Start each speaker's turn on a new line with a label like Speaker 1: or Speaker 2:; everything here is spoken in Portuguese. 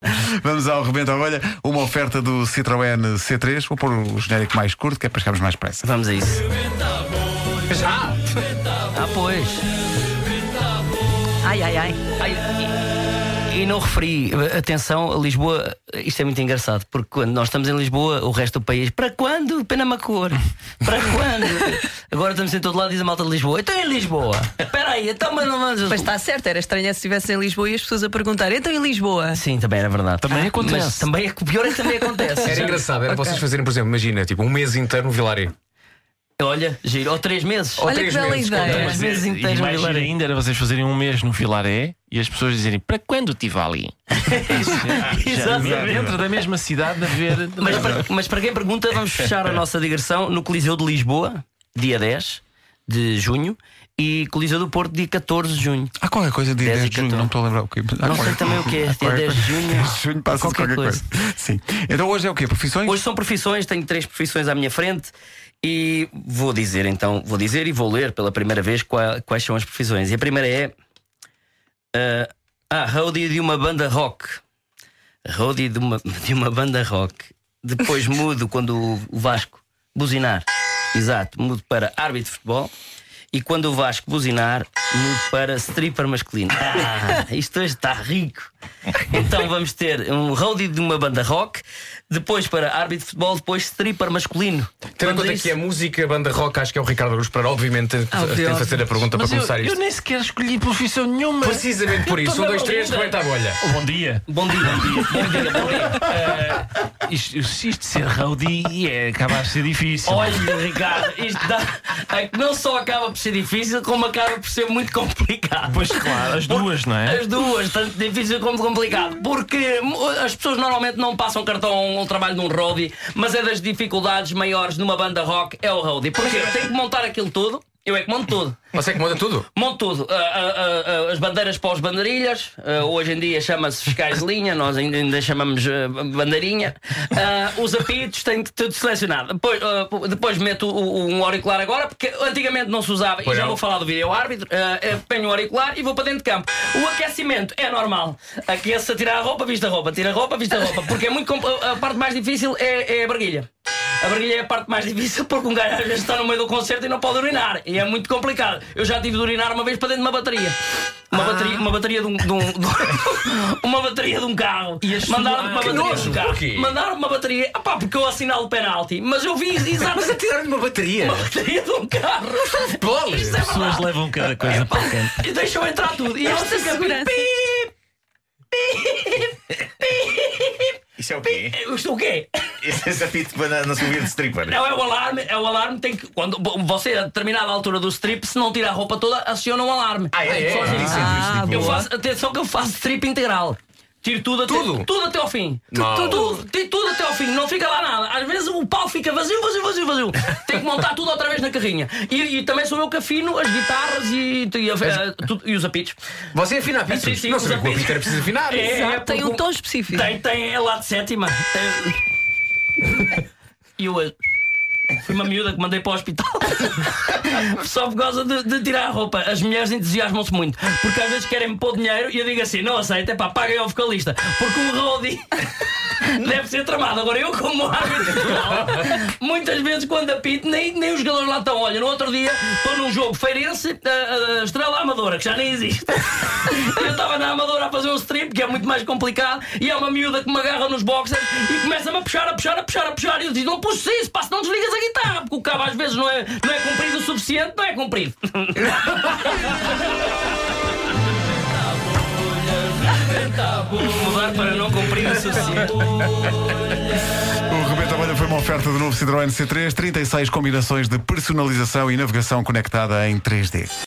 Speaker 1: Vamos ao Rebenta a Bolha, uma oferta do Citroën C3. Vou pôr o genérico mais curto, que é para chegarmos mais pressa.
Speaker 2: Vamos a isso.
Speaker 3: Já?
Speaker 2: Ah, pois.
Speaker 4: Ai, ai, ai.
Speaker 2: Ai, e, e não referi, atenção, Lisboa, isto é muito engraçado, porque quando nós estamos em Lisboa, o resto do país, para quando? Penamacor? Para quando? Agora estamos em todo lado e diz a malta de Lisboa, então em Lisboa? Espera aí, então mas não vamos.
Speaker 4: Mas está certo, era estranho se estivesse em Lisboa e as pessoas a perguntar: então em Lisboa?
Speaker 2: Sim, também era verdade.
Speaker 3: Também acontece.
Speaker 2: Mas também é que o pior é que também acontece.
Speaker 3: Era
Speaker 2: Já-
Speaker 3: engraçado, era
Speaker 4: Ok.
Speaker 3: vocês fazerem, por exemplo, imagina, tipo, um mês inteiro no Vilaré.
Speaker 2: Olha, giro, ou três meses.
Speaker 3: Ou
Speaker 4: Olha que
Speaker 3: três
Speaker 4: bela
Speaker 3: meses,
Speaker 4: ideia.
Speaker 2: Às vezes
Speaker 5: E
Speaker 2: inteiras
Speaker 5: mais giro ainda era vocês fazerem um mês no Vilaré e as pessoas dizerem para quando estive ali?
Speaker 2: Exatamente.
Speaker 5: Dentro da mesma cidade a ver.
Speaker 2: Mas para, mas para quem pergunta, vamos fechar a nossa digressão no Coliseu de Lisboa, dia 10 de junho, e Coliseu do Porto, dia 14 de junho.
Speaker 1: Há qualquer coisa de
Speaker 2: 10 e
Speaker 1: 10 de junho,
Speaker 2: 14.
Speaker 1: não estou a lembrar o quê. Há
Speaker 2: Não sei
Speaker 1: qualquer-
Speaker 2: também o que é,
Speaker 1: há
Speaker 2: dia 10 de junho.
Speaker 1: junho passa qualquer,
Speaker 2: Qualquer
Speaker 1: coisa. Sim. Então hoje é o quê? Profissões?
Speaker 2: Hoje são profissões, tenho três profissões à minha frente e vou dizer então, vou dizer e vou ler pela primeira vez qua- quais são as profissões. E a primeira é ah, a roadie de uma banda rock. Roadie de uma, de uma banda rock. Depois mudo quando o o Vasco buzinar. Exato, mudo para árbitro de futebol. E quando o Vasco buzinar, mudo para stripper masculino. Ah, isto hoje está rico. Então vamos ter um roadie de uma banda rock, depois para árbitro de futebol, depois stripper masculino. Vamos
Speaker 3: Tendo em
Speaker 2: a
Speaker 3: conta
Speaker 2: isso?
Speaker 3: é que a música, a banda rock, acho que é o Ricardo Aruz para obviamente, tem
Speaker 4: Óbvio,
Speaker 3: de fazer a pergunta para
Speaker 5: Mas eu,
Speaker 3: começar
Speaker 5: eu
Speaker 3: isto.
Speaker 5: nem sequer escolhi profissão nenhuma.
Speaker 3: Precisamente por isso. Um, dois, três, rebenta a bolha.
Speaker 5: Bom dia.
Speaker 2: Bom dia, bom dia, bom dia.
Speaker 5: Eh, Isto, se isto ser rowdy, é, acaba a ser difícil.
Speaker 2: Olha, Ricardo, isto dá, é que não só acaba por ser difícil, como acaba por ser muito complicado.
Speaker 5: Pois claro, as duas, não é?
Speaker 2: As duas, tanto difícil como complicado. Porque mo- as pessoas normalmente não passam cartão ao trabalho de um roadie, mas é das dificuldades maiores numa banda rock é o roadie. Porque eu tenho que montar aquilo tudo, eu é que monto tudo.
Speaker 3: Você é que manda tudo.
Speaker 2: Monto tudo. Ah, ah, ah, ah, as bandeiras para os bandeirilhas. Ah, hoje em dia chama-se fiscais de linha, nós ainda, ainda chamamos ah, bandeirinha. Ah, os apitos têm que tudo selecionado. Depois, ah, depois meto o- o- um auricular agora, porque antigamente não se usava,
Speaker 3: Pois
Speaker 2: e já
Speaker 5: é,
Speaker 3: não.
Speaker 2: vou falar do vídeo árbitro. Ah, eu ponho o auricular e vou para dentro de campo. O aquecimento é normal. Aquece a tirar a roupa, vista a roupa, tira a roupa, vista a roupa, porque é muito compl- a a parte mais difícil é, é a barguilha. A barguilha é a parte mais difícil porque um gajo às vezes está no meio do concerto e não pode urinar. E é muito complicado. Eu já tive de urinar uma vez para dentro de uma bateria. Uma
Speaker 3: Ah.
Speaker 2: bateria, uma bateria de um. de um- de- uma bateria de um carro. Mandaram-me uma
Speaker 3: Ah, Que
Speaker 2: bateria de
Speaker 3: nojo!
Speaker 2: um carro.
Speaker 3: Porquê?
Speaker 2: Mandaram-me uma bateria. Ah, pá, porque eu assinalo o penalti. Mas eu vi
Speaker 3: Mas
Speaker 2: exatamente
Speaker 3: a tirar-lhe uma bateria.
Speaker 2: uma bateria de um carro.
Speaker 3: Bolas!
Speaker 2: Isto é
Speaker 5: As pessoas
Speaker 2: verdade.
Speaker 5: levam cada coisa para o canto.
Speaker 2: E deixam entrar tudo. E eles
Speaker 4: Esta
Speaker 2: ficam
Speaker 4: segurança.
Speaker 2: pip,
Speaker 6: Isso é o quê?
Speaker 2: Isto o quê?
Speaker 6: Esse apito para não subir de stripper.
Speaker 2: Não, é o alarme, é o alarme tem que. Quando você, a determinada altura do strip, se não tira a roupa toda, aciona o alarme.
Speaker 3: Ah, é, é,
Speaker 2: Só
Speaker 3: é,
Speaker 2: assim.
Speaker 3: isso é
Speaker 4: Ah,
Speaker 2: Eu
Speaker 4: boa.
Speaker 2: faço, atenção que eu faço strip integral. Tiro tudo até,
Speaker 3: Tudo?
Speaker 2: tudo até ao fim.
Speaker 3: Mau.
Speaker 2: Tudo, tudo, tiro tudo até ao fim, não fica lá nada. Às vezes o pau fica vazio, vazio, vazio, vazio. Tenho que montar tudo outra vez na carrinha. E, e também sou eu que afino as guitarras e, e a- tudo- e os apitos.
Speaker 3: Você afina apitos?
Speaker 2: Sim, sim,
Speaker 3: não
Speaker 2: os
Speaker 3: sabia que o
Speaker 2: apitos.
Speaker 3: apito era preciso afinar.
Speaker 2: É,
Speaker 4: Tem um
Speaker 2: porque-
Speaker 4: tom específico.
Speaker 2: Tem, tem, é lá de sétima. Tem- E eu. eh, Fui uma miúda que mandei para o hospital só por causa de, de tirar a roupa. As mulheres entusiasmam-se muito porque às vezes querem-me pôr dinheiro e eu digo assim: não aceito, é pá, paguem ao vocalista porque um roadie deve ser tramado. Agora eu, como árbitro, de futebol, muitas vezes quando apito, nem, nem os jogadores lá estão. Olha, no outro dia estou num jogo feirense, a, a Estrela Amadora, que já nem existe. Eu estava na Amadora a fazer um strip, que é muito mais complicado, e há uma miúda que me agarra nos boxers e começa-me a puxar, a puxar, a puxar, a puxar. E eu digo: Não puxes isso, pá, senão desligas a guitarra, porque o cabo às vezes não é, não é comprido o suficiente, não é comprido. tá Mudar para não comprido o suficiente. é-
Speaker 1: O Rebenta a Bolha foi uma oferta do novo Citroën C3, 36 combinações de personalização e navegação conectada em 3D.